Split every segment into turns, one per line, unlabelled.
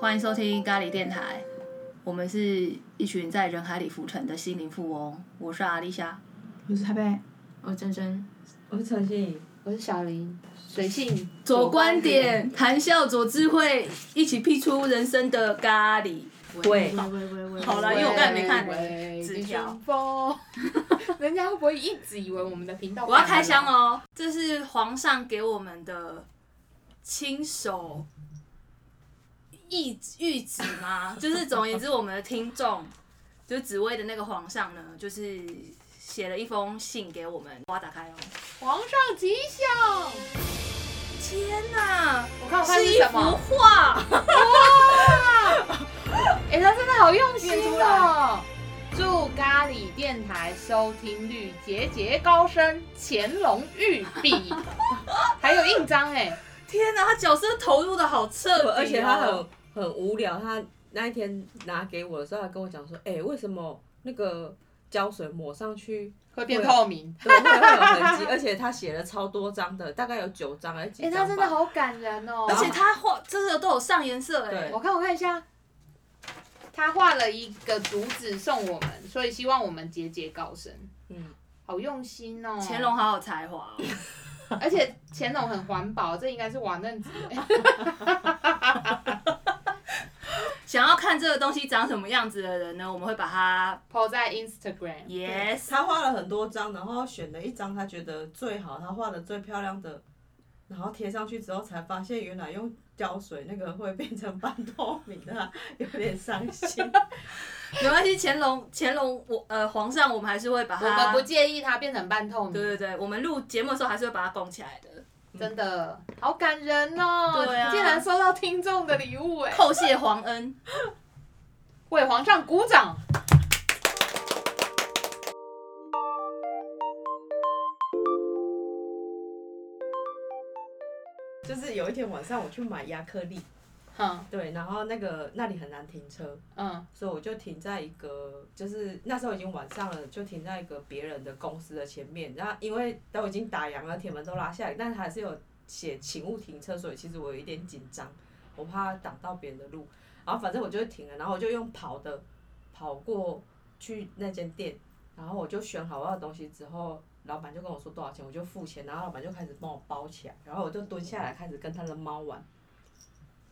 欢迎收听咖喱电台，我们是一群在人海里浮沉的心灵富翁。我是阿丽莎，
我是台北，
我真真
我是陈信，
我是小林，随性
左观点，谈笑左智慧，一起辟出人生的咖喱。
喂
喂
喂喂喂，
好啦
喂，
啊因为我刚才没看
喂
纸条。
你说不 人家会不会一直以为我们的频道？
我要开箱！哦，这是皇上给我们的亲手谕谕旨 吗？就是总而言之，我们的听众就是紫薇的那个皇上呢，就是写了一封信给我们。我要打开哦！
皇上吉祥！
天哪，
我看我看
是
是
一
什
幅
么？
画，
哎、他真的好用心哦！祝咖喱电台收听率节节高升，乾隆御 笔，还有印章哎、
天哪，他角色投入的好彻底、哦，
而且他很很无聊。他那一天拿给我的时候，他跟我讲说：“哎、为什么那个胶水抹上去
会变透明。
对会会有痕迹？而且他写了超多张的，大概有九张还是几
哎、
张吧？
他真的好感人哦！
而且他画真的都有上颜色哎、
对
我看我看一下，他画了一个竹子送我们，所以希望我们节节高升。
嗯，
好用心哦！
乾隆，好有才华 哦。
而且乾隆很环保，这应该是瓦楞纸。
想要看这个东西长什么样子的人呢，我们会把它
po 在 Instagram，
yes
他画了很多张，然后选了一张他觉得最好，他画的最漂亮的，然后贴上去之后才发现，原来用胶水那个会变成半透明的，有点伤心。
没关系，乾隆乾隆我呃皇上，我们还是会把
我们
它
不介意它变成半透
啊对对
明，
对，我们录节目的时候还是会把它拱起来的，
真的好感人哦！
对啊
竟然收到听众的礼物哎，
叩谢皇恩。
为皇上鼓掌。
就是有一天晚上我去买亚克力，
嗯
对，然后那个那里很难停车，
嗯
所以我就停在一个，就是那时候已经晚上了，就停在一个别人的公司的前面。然后因为都已经打烊了，铁门都拉下来，但是还是有写请勿停车，所以其实我有一点紧张，我怕挡到别人的路。然后反正我就停了，然后我就用跑的跑过去那间店，然后我就选好我要的东西之后。老板就跟我说多少钱，我就付钱，然后老板就开始帮我包起来，然后我就蹲下来开始跟他的猫玩，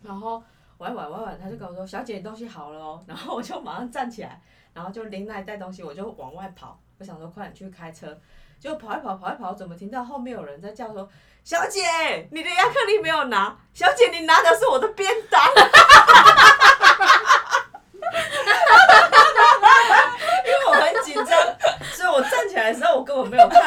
然后玩一玩玩一玩，他就跟我说：“小姐，你东西好了哦。” 然后我就马上站起来，然后就拎那一袋东西，我就往外跑。我想说快点去开车，结果跑一跑跑一跑，怎么听到后面有人在叫说：“小姐，你的亚克力没有拿，小姐，你拿的是我的便当。” 因为我很紧张，所以我站起来的时候，我根本没有看，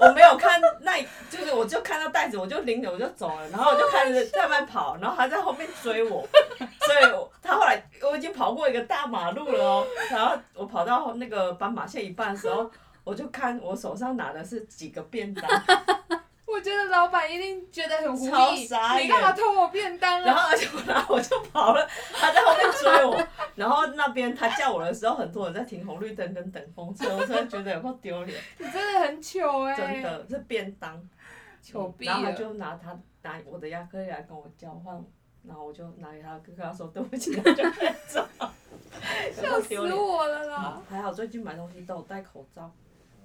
我没有看那，就是我就看到袋子，我就拎着我就走了，然后我就开始在外面跑，然后他在后面追我，所以我他后来我已经跑过一个大马路了哦，然后我跑到那个斑马线一半的时候，我就看我手上拿的是几个便当，
我觉得老板一定觉得很无
超
力，
傻眼
你干嘛偷我便当
然
啊？
后而且我拿我就跑了，他在后面追我，然后那边他叫我的时候，很多人在停红绿灯跟等公车，我真的觉得有够丢脸，
你真的很糗哎，
真的是便当，嗯
糗毙
然后他
了。
就拿他拿我的亚克力来跟我交换，然后我就拿给他，跟他说对不起，他就飞走，
笑死我了啦！
还好最近买东西都有戴口罩，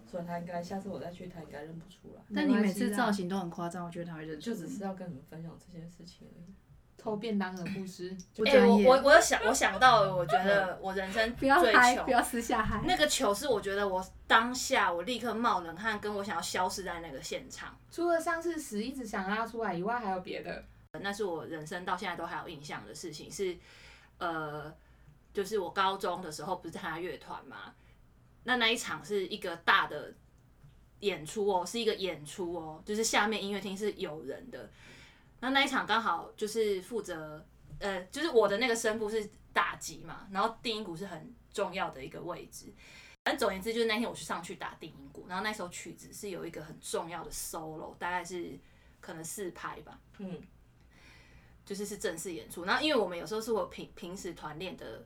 所以他应该下次我再去，他应该认不出来。
但你每次造型都很夸张，我觉得他会认出
就只是要跟你们分享这件事情而已。
偷便当的故事，
不
哎、
专
我
业。
我我有想我想到了，我觉得我人生
不
最
要嗨，
糗
不要私下嗨。
那个糗是我觉得我当下我立刻冒冷汗，跟我想要消失在那个现场，
除了上次屎一直想拉出来以外，还有别的。
那是我人生到现在都还有印象的事情是，呃，就是我高中的时候不是参加乐团嘛，那那一场是一个大的演出哦，是一个演出哦，就是下面音乐厅是有人的，那那一场刚好就是负责，呃，就是我的那个声部是打击嘛，然后定音鼓是很重要的一个位置。反正总而言之，就是那天我去上去打定音鼓，然后那首曲子是有一个很重要的 solo，大概是可能四拍吧，
嗯，
就是是正式演出。然后因为我们有时候是我平平时团练的，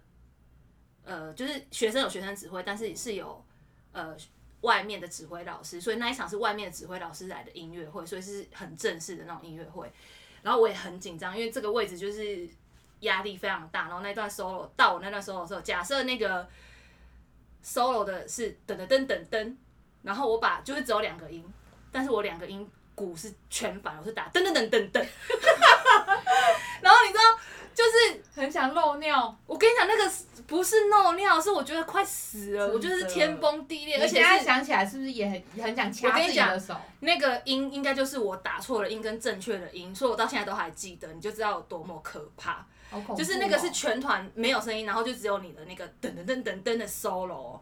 呃，就是学生有学生指挥，但是是有呃外面的指挥老师，所以那一场是外面的指挥老师来的音乐会，所以是很正式的那种音乐会。然后我也很紧张，因为这个位置就是压力非常大，然后那段 solo 到我那段 solo 的时候，假设那个 solo 的是噔噔噔噔噔，然后我把就是只有两个音，但是我两个音鼓是全反，我是打噔噔噔噔噔，然后你知道就是
很想漏尿，
我跟你讲那个是不是漏尿，是我觉得快死了，
真的
我就是天崩地裂，
而
而
且
且
现在
是
想起来是不是也很很想
我
掐
跟
自
你
己
讲
的手？
那个音应该就是我打错了音跟正确的音，所以我到现在都还记得，你就知道有多么可怕。
好恐怖哦、
就是那个是全团没有声音，然后就只有你的那个噔噔噔噔噔的 solo。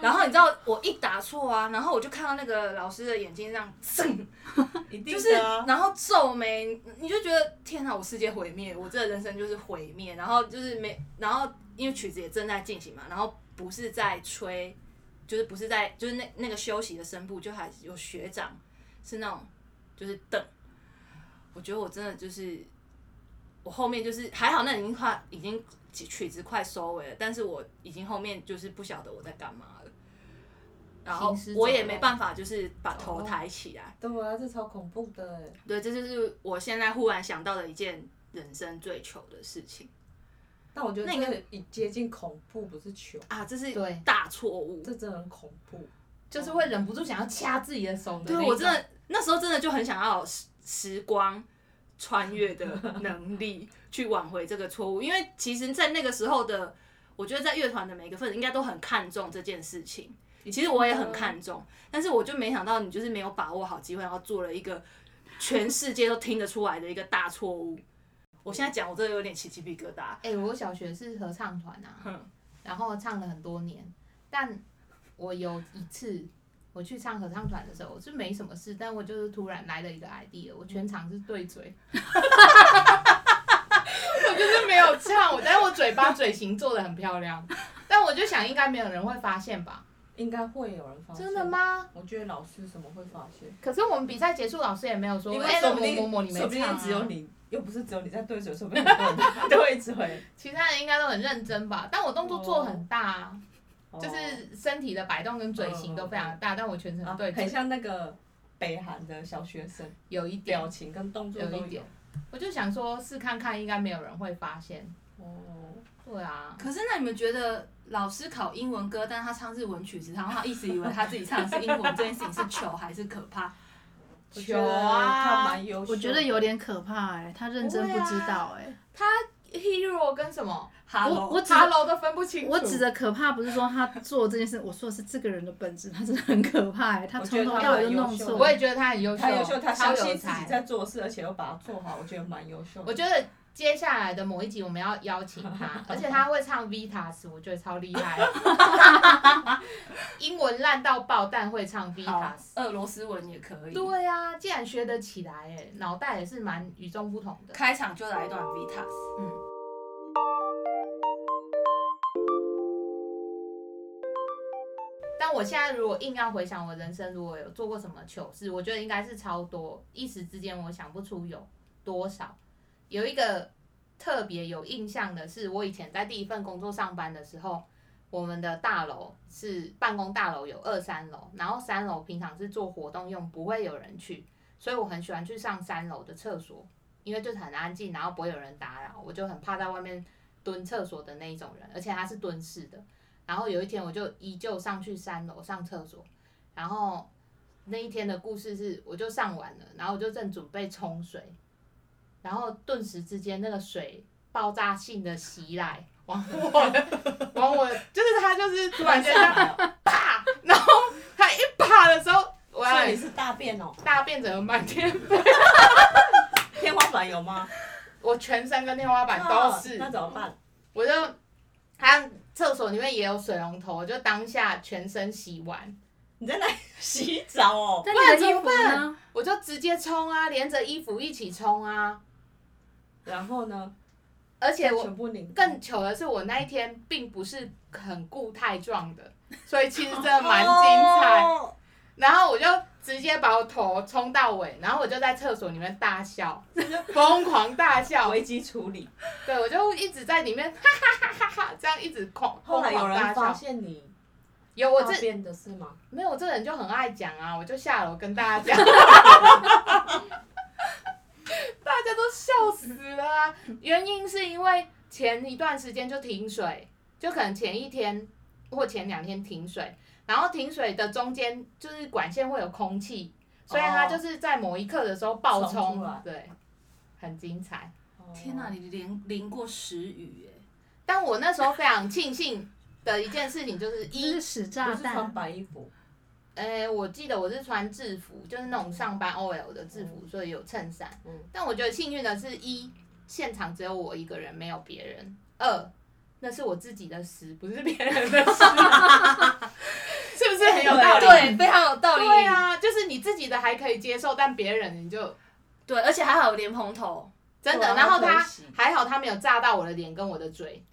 然后你知道我一打错啊，然后我就看到那个老师的眼睛这样，噌
一定
就是
的啊
然后皱眉，你就觉得天哪，我世界毁灭，我这人生就是毁灭。然后就是没，然后因为曲子也正在进行嘛，然后不是在吹，就是不是在就是那那个休息的声部，就还有学长是那种就是等，我觉得我真的就是我后面就是还好，那已经快已经曲子快收尾了，但是我已经后面就是不晓得我在干嘛了。然后
行尸
我也
走肉
没办法，就是把头
哦
抬起来，
对啊，这超恐怖的欸。
对，这就是我现在忽然想到的一件人生最糗的事情
但我觉得
那你
这已接近恐怖，不是糗，
啊！这是
对
大错误。
这真的很恐怖。
就是会忍不住想要掐自己的手的那
对
种。
我真的那时候真的就很想要有时时光穿越的能力去挽回这个错误，因为其实，在那个时候的，我觉得在乐团的每个份子应该都很看重这件事情。其实我也很看重，但是我就没想到你就是没有把握好机会，然后做了一个全世界都听得出来的一个大错误。我现在讲，我真的有点起鸡皮疙瘩。
哎、我小学是合唱团啊
哼，
然后唱了很多年，但我有一次我去唱合唱团的时候，我是没什么事，但我就是突然来了一个 idea，我全场是对 嘴。我就是没有唱，我但是我嘴巴嘴型做的很漂亮，但我就想应该没有人会发现吧？
应该会有人发现。
真的？吗？
我觉得老师怎么会发现？
可是我们比赛结束，老师也没有说，哎、那
说不
某
定
某某你没
说不
唱、
定
啊，
只有你，又不是只有你在对嘴，说 不定很多人对嘴。
其他人应该都很认真吧？但我动作做很大啊。就
哦
是身体的摆动跟嘴型都非常大，但我全
啊
程对
很
嘴
像那个北韩的小学生，
有一点
表，情跟动作
有
都
一点。我就想说试看看，应该没有人会发现。
哦，
对啊，
可是那你们觉得老师考英文歌，但是他唱日文曲子，然后他一直以为他自己唱的是英文，这件事情是糗还是可怕？
我觉
球
得他
啊
蛮优秀的。
我觉得有点可怕哎、他认真不知道哎、
，Hero 跟什么
哈喽，
我我指
Hello 都分不清楚。
我指的可怕不是说他做这件事，我说的是这个人的本质，他真的很可怕哎、他从头到尾都弄错。
我也觉得他很优秀，
他优秀，他
超有
相信自己在
才。
做事，而且又把它做好，我觉得蛮优秀的。
我觉得接下来的某一集我们要邀请他，而且他会唱 Vitas，我觉得超厉害。英文烂到爆，但会唱 Vitas。
俄罗斯文也可以。
对啊，既然学得起来，哎，脑袋也是蛮与众不同的。
开场就来一段 Vitas。
嗯。但我现在如果硬要回想我人生，如果有做过什么糗事，我觉得应该是超多，一时之间我想不出有多少。有一个特别有印象的是，我以前在第一份工作上班的时候，我们的大楼是办公大楼，有二三楼，然后三楼平常是做活动用，不会有人去，所以我很喜欢去上三楼的厕所。因为就是很安静，然后不会有人打扰，我就很怕在外面蹲厕所的那一种人，而且他是蹲式的。然后有一天我就依旧上去三楼上厕所，然后那一天的故事是，我就上完了，然后我就正准备冲水，然后顿时之间那个水爆炸性的袭来，往我的往我就是他就是突然间这样啪，然后他一啪的时候， 我
所以
要
你是大便哦，
大变成了满天
天花板有吗？
我全身跟天花板都是，
哦那怎么办？
我就他厕所里面也有水龙头，我就当下全身洗完，
你在那里洗澡哦？
那你的衣服呢？
我就直接冲啊，连着衣服一起冲啊，
然后呢？
而且我
全部拧干。
更糗的是，我那一天并不是很固态状的，所以其实真的蛮精彩。
哦
然后我就直接把我头冲到尾，然后我就在厕所里面大笑，疯狂大笑。
危机处理。
对，我就一直在里面哈哈哈哈哈，这样一直狂
后来有
疯狂
人
大
发
笑。
现哦你
有我
大
这
便的事吗？
没有，我这人就很爱讲啊，我就下楼跟大家讲，大家都笑死了啊！原因是因为前一段时间就停水，就可能前一天或前两天停水，然后停水的中间就是管线会有空气，所以它
哦
就是在某一刻的时候爆
冲
冲，
出来
对，很精彩。
哦
天哪、你淋淋过时雨哎、
但我那时候非常庆幸的一件事情就是
这
一
是屎
不
炸
是穿
弹，
白衣服，
诶、我记得我是穿制服，就是那种上班 OL 的制服，所以有衬衫。
嗯
但我觉得幸运的是一，现场只有我一个人，没有别人；二，那是我自己的屎，不是别人的屎，啊 是不是很有道理？
对，非常有道理。
对啊，就是你自己的还可以接受，但别人你就
对，而且还好有莲蓬头。
真的。
对啊
然后
好可
他
惜
还好，他没有炸到我的脸跟我的嘴。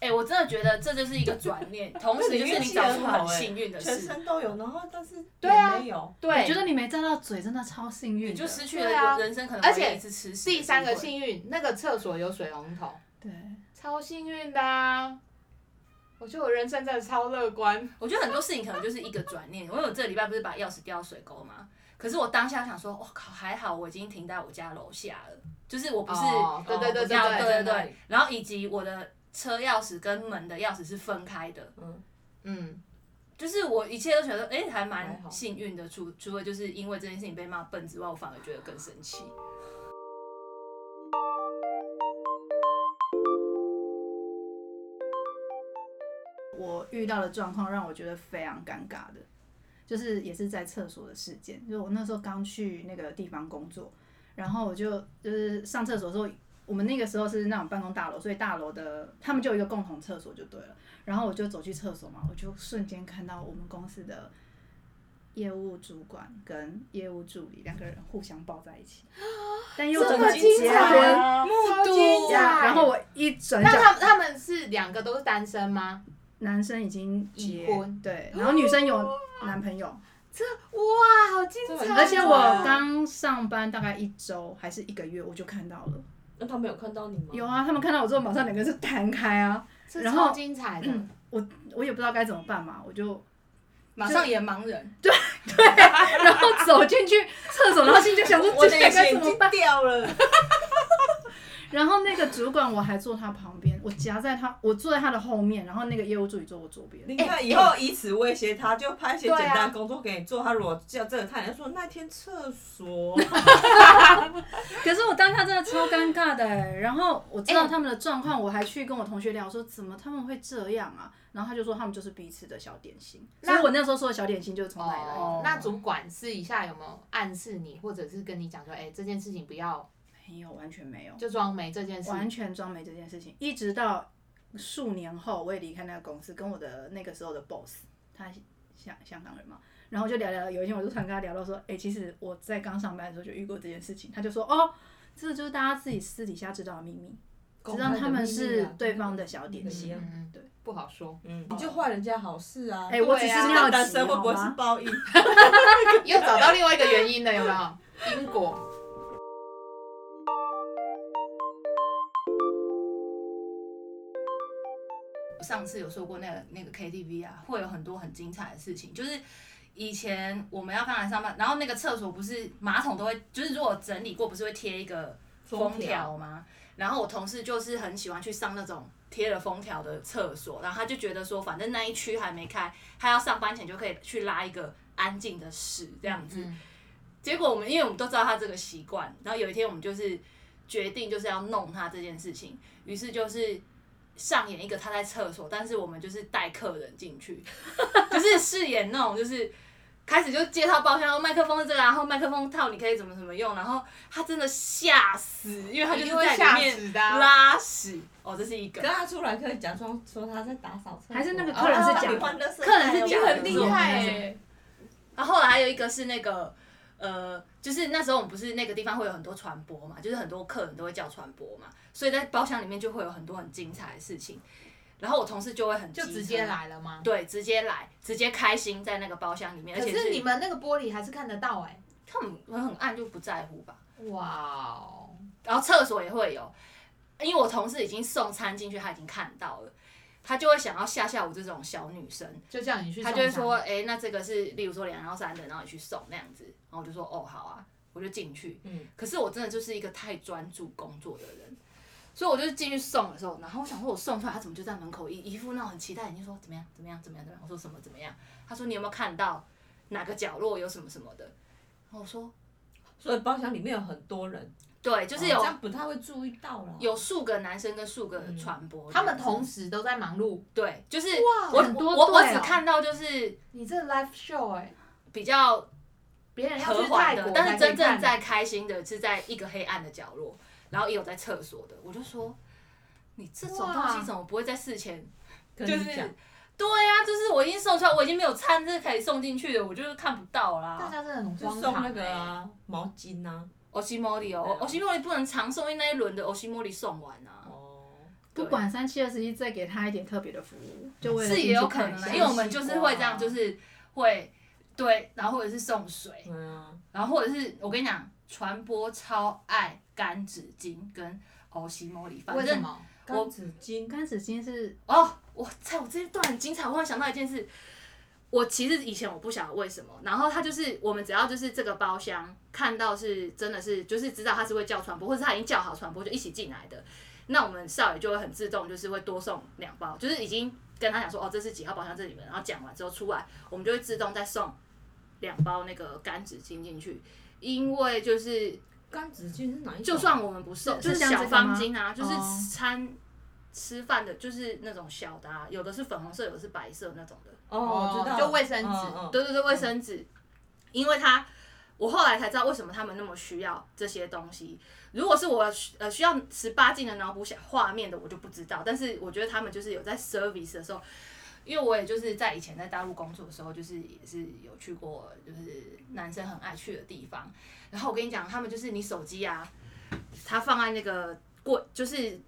哎、我真的觉得这就是一个转念，同时就是你找出很幸运的
全
事，
身都有，然后但是
对啊
也没有，
对，
我觉得你没站到嘴，真的超幸运的。
你就失去
对啊
了人生可能
而且
唯一一次吃屎的
第三个
机会
幸运，那个厕所有水龙头。
对，
超幸运的、啊。我觉得我人生真的超乐观，
我觉得很多事情可能就是一个转念。我有这礼拜不是把钥匙掉水沟吗？可是我当下想说，我、靠，还好我已经停在我家楼下了，就是我不是、
哦对对对
我
对
要对
对
对
在那里
对，然后以及我的车钥匙跟门的钥匙是分开的，
嗯，
嗯，
就是我一切都觉得，哎、还
还
蛮
好
幸运的。除除了就是因为这件事情被骂笨之外，我反而觉得更生气。
我遇到的状况让我觉得非常尴尬的，就是也是在厕所的事件。就是我那时候刚去那个地方工作，然后我就就是上厕所的时候，我们那个时候是那种办公大楼，所以大楼的他们就有一个共同厕所就对了。然后我就走去厕所嘛，我就瞬间看到我们公司的业务主管跟业务助理两个人互相抱在一 起，但又
这
怎
么
么
精
结
彩
婚？
啊，超
度
精彩。
然后我一转角
那，他们他们是两个都是单身吗？
男生已经结
已婚
对，然后女生有男朋友。
哇，好精
这
彩！哦
很
而且
哇
我刚上班大概一周还是一个月，我就看到了。
那他没有看到你吗？
有啊，他们看到我之后，马上两个就弹开啊，
这
然
超
后嗯
精彩的，
我也不知道该怎么办嘛，我就
马上也盲人，
然后走进去厕所，然后心里就想 说
我
这
的
个该
眼
怎么
睛
办。
掉 了，
然后那个主管我还坐他旁边，我夹在他，我坐在他的后面，然后那个业务助理坐我左边。
你看以
哎
后以此威胁他，就拍一些
对啊
简单的工作给你做。他如果叫这个看，他说那天厕 所，
可是我当下真的超尴尬的、欸，然后我知道他们的状况，我还去跟我同学聊说怎么他们会这样啊，然后他就说他们就是彼此的小点心，所以我那时候说的小点心就是从哪里来的。
哦，那主管私底下有没有暗示你，或者是跟你讲说，哎、这件事情不要
没有，完全没有，
就装没这件事？
完全装没这件事情。一直到数年后，我也离开那个公司，跟我的那个时候的 boss，他香香港人嘛，然后就聊聊。有一天，我就突然跟他聊到说，哎、其实我在刚上班的时候就遇过这件事情。他就说，哦，这就是大家自己私底下知道的秘密，知道他们
啊
是对方的小点
嗯
心。
嗯，
对，
不好说，
嗯，你就坏人家好事啊。
哎、我只是
对
尿
单
急，
身会
好
不会是
吗？
报应？
又找到另外一个原因了，有没有？因果。
上次有说过那个那个 KTV 啊，会有很多很精彩的事情，就是。以前我们要刚来上班，然后那个厕所不是马桶都会，就是如果整理过，不是会贴一个封条吗？然后我同事就是很喜欢去上那种贴了封条的厕所，然后他就觉得说，反正那一区还没开，他要上班前就可以去拉一个安静的屎这样子。
嗯
结果我们因为我们都知道他这个习惯，然后有一天我们就是决定就是要弄他这件事情，于是就是上演一个他在厕所，但是我们就是带客人进去， 就是饰演那种就是。开始就介绍包厢，然后麦克风是这个，然后麦克风套你可以怎么怎么用，然后他真的吓死，因为他就
一
是
定会
在
吓
里面
死的啊
拉屎，哦，这是一个
可是。他出来可以假装说他在打扫厕所，
还是那个
客人是假的
哦你换垃圾袋
客人是假
你
的
很厉害哎、
然后后来还有一个是那个，呃，就是那时候我们不是那个地方会有很多传播嘛，就是很多客人都会叫传播嘛，所以在包厢里面就会有很多很精彩的事情。然后我同事就会很
就
机
直
车
接，来了吗？
对，直接来，直接开心在那个包厢里面，而
可
且
是你们那个玻璃还是看得到哎、
他们很暗就不在乎吧。
哇哦，
然后厕所也会有，因为我同事已经送餐进去，他已经看到了，他就会想要吓吓我这种小女生。
就叫你去
他
送餐，
就会说，哎、那这个是，例如说两到三的，然后你去送那样子，然后我就说，哦，好啊，我就进去。
嗯，
可是我真的就是一个太专注工作的人，所以我就是进去送的时候，然后我想说我送出来，他怎么就在门口一一副那种很期待，你就说怎么样怎么样怎么样怎么样，我说什么怎么样，他说你有没有看到哪个角落有什么什么的，然后我说
所以包厢里面有很多人，
对，就是
哦
有、
这样不太会注意到了。
有数个男生跟数个传播这样子、
他们同时都在忙碌。
对，就是
哇
我
很多
我我
对哦
只看到就是
你这 live show 哎、
比较
别人要
和
去泰
缓
国
的，
才可以
但是
看，
真正在开心的是在一个黑暗的角落，然后也有在厕所的，我就说。你这种东
哇
西怎么不会在事前
跟
就
你
是
讲，
对呀、就是我已经送出来，我已经没有餐是可以送进去的，我就是看不到
大
啦。
家真的很
就
荒
送
唐、
那
欸。
个啊毛巾啊。
欧西莫里
对
哦
啊，
欧西莫里不能长送，因为那一轮的欧西莫里送完啊，
哦，
不管三七二十一，再给他一点特别的服务，就为了
是也有可能
进去看
的，因
一下
为我们就是会这样，就是会对，然后或者是送水，
对啊，
然后或者是我跟你讲，传播超爱干纸巾跟欧西莫里，反
为什
正
么？
哎
我
干纸巾，
干纸巾是
哦，我在我这一段很精彩，我忽然想到一件事，我其实以前我不晓得为什么，然后他就是我们只要就是这个包厢看到是真的是就是知道他是会叫传播，或者他已经叫好传播就一起进来的，那我们少爷就会很自动就是会多送两包，就是已经跟他讲说哦这是几号包厢这里面，然后讲完之后出来，我们就会自动再送两包那个干纸巾进去。因为就是，
干纸巾是哪一种？
就算我们不送，
是
就是
像
小
这个吗
方巾啊，就是
哦
餐吃饭的，就是那种小的、啊，有的是粉红色，有的是白色那种的。
哦，我知道，
就卫生纸
嗯嗯
对对对，卫生纸，因为它，我后来才知道为什么他们那么需要这些东西。如果是我呃需要十八禁的脑补小画面的，我就不知道。但是我觉得他们就是有在 service 的时候，因为我也就是在以前在大陆工作的时候，就是也是有去过，就是男生很爱去的地方。然后我跟你讲，他们就是你手机啊，它放在那个柜，就是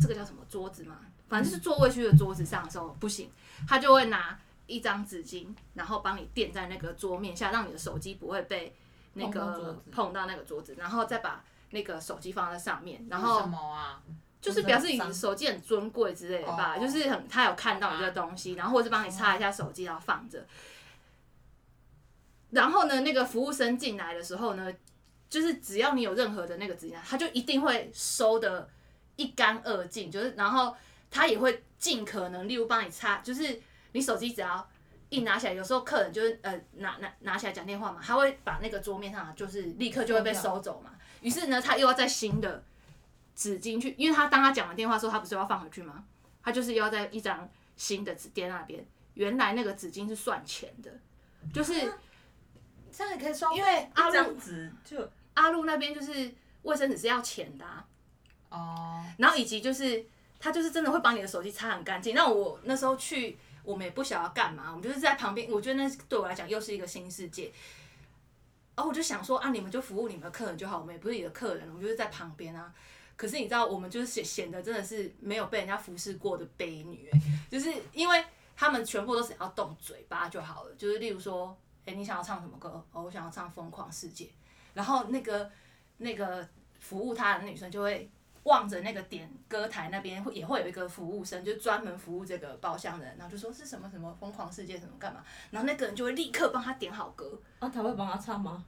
这个叫什么桌子嘛，反正就是座位区的桌子上的时候不行，他就会拿一张纸巾，然后帮你垫在那个桌面下，让你的手机不会被那
碰到桌
个
子
碰到那个桌子，然后再把那个手机放在上面，然
为
后
什么啊？
就是表示你的手机很尊贵之类的吧，
哦
就是很他有看到你这个东西，然后或者是帮你擦一下手机，然后放着。然后呢，那个服务生进来的时候呢，就是只要你有任何的那个指甲，他就一定会收的一干二净，就是然后他也会尽可能，例如帮你擦，就是你手机只要一拿起来，有时候客人就是呃拿拿拿起来讲电话嘛，他会把那个桌面上的就是立刻就会被收走嘛，于是呢，他又要在新的纸巾去，因为他当他讲完电话之后，他不是要放回去吗？他就是要在一张新的纸垫那边，原来那个纸巾是算钱的，就是
这样也可以收费
因为阿
哎一
路
张纸就
阿路那边就是卫生纸是要钱的、啊，
哦。
然后以及就是他就是真的会把你的手机擦很干净。那我那时候去，我们也不晓得要干嘛，我们就是在旁边，我觉得那对我来讲又是一个新世界。然后我就想说啊，你们就服务你们的客人就好，我们也不是你的客人，我们就是在旁边啊。可是你知道，我们就是显显得真的是没有被人家服侍过的悲女、欸就是因为他们全部都只要动嘴巴就好了。就是例如说，哎、你想要唱什么歌？哦，我想要唱《疯狂世界》，然后那个那个服务他的女生就会望着那个点歌台那边，会也会有一个服务生，就专门服务这个包厢的人，然后就说是什么什么《疯狂世界》什么干嘛，然后那个人就会立刻帮他点好歌，
啊，他会帮他唱吗？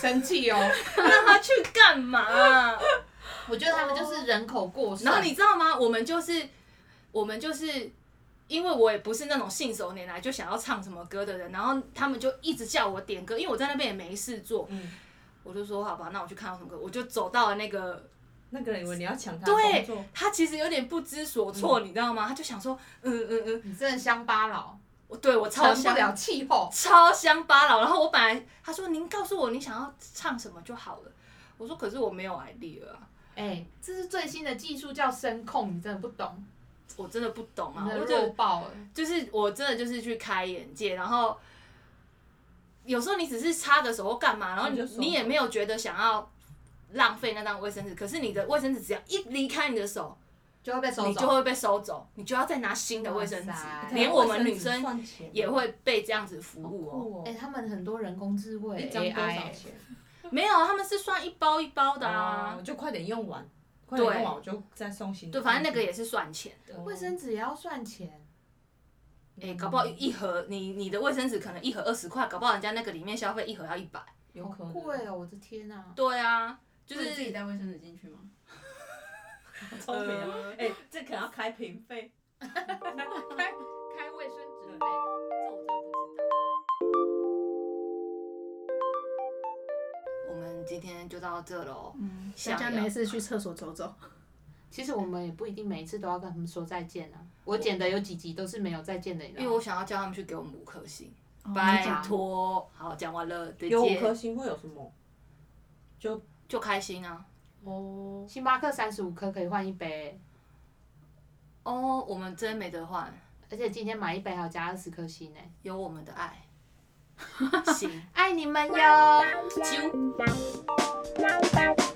生 气哦。
让他去干嘛？
我觉得他们就是人口过剩。
然后你知道吗？我们就是我们就是，因为我也不是那种信手拈来就想要唱什么歌的人，然后他们就一直叫我点歌，因为我在那边也没事做，
嗯，
我就说好吧，那我去看到什么歌，我就走到了那个
那个人以为你要抢他
对
工作，
他其实有点不知所措，你知道吗？他就想说，嗯嗯嗯，
你真的乡巴佬，
我对我超
成不
香，
了气候。
超香巴佬。然后我本来他说您告诉我你想要唱什么就好了，我说可是我没有 idea 啊，
哎、这是最新的技术叫声控，你真的不懂，
我真的不懂啊
你，真
我
的
就
弱爆了。
就是我真的就是去开眼界，然后有时候你只是擦个手或干嘛，然后你
你就手
你也没有觉得想要浪费那张卫生纸，可是你的卫生纸只要一离开你的手，
就会被收
你就
走。
会被收走，你就要再拿新的卫生纸
哇，塞
啊
连我们女生
算钱
也会被这样子服
好
务哦。
酷
哎、他们很多人工智慧
一张多
AI，
少
哎
钱？
没有，啊他们是算一包一包的
哦
啊，
就快点用完，快点
对
用完我就再送新的。
对，反正那个也是算钱的。
哦
卫生纸也要算钱。
哎、搞不好一盒你你的卫生纸可能一盒二十块，搞不好人家那个里面消费一盒要一百。
有可
好
能。
贵哦！我的天啊！
对啊，就
就是是自己带卫生纸进去吗？
聪明啊！哎、这可能要开瓶费。
开开卫生纸
对
费，
这我真的不知道。我们今天就到这喽。
嗯，
想
大家
要
没事去厕所走走。
其实我们也不一定每一次都要跟他们说再见啊。我剪的有几集都是没有再见的，因
因为我想要叫他们去给我们五颗星，
哦
拜
你讲
托。好，讲完了，再
有五颗
见。
星会有什么？
就开心啊！
哦，
星巴克三十五颗可以换一杯，
哦，我们真没得换，
而且今天买一杯还要加二十颗星呢。
有我们的爱。行，
爱你们哟！
啾。
Bye.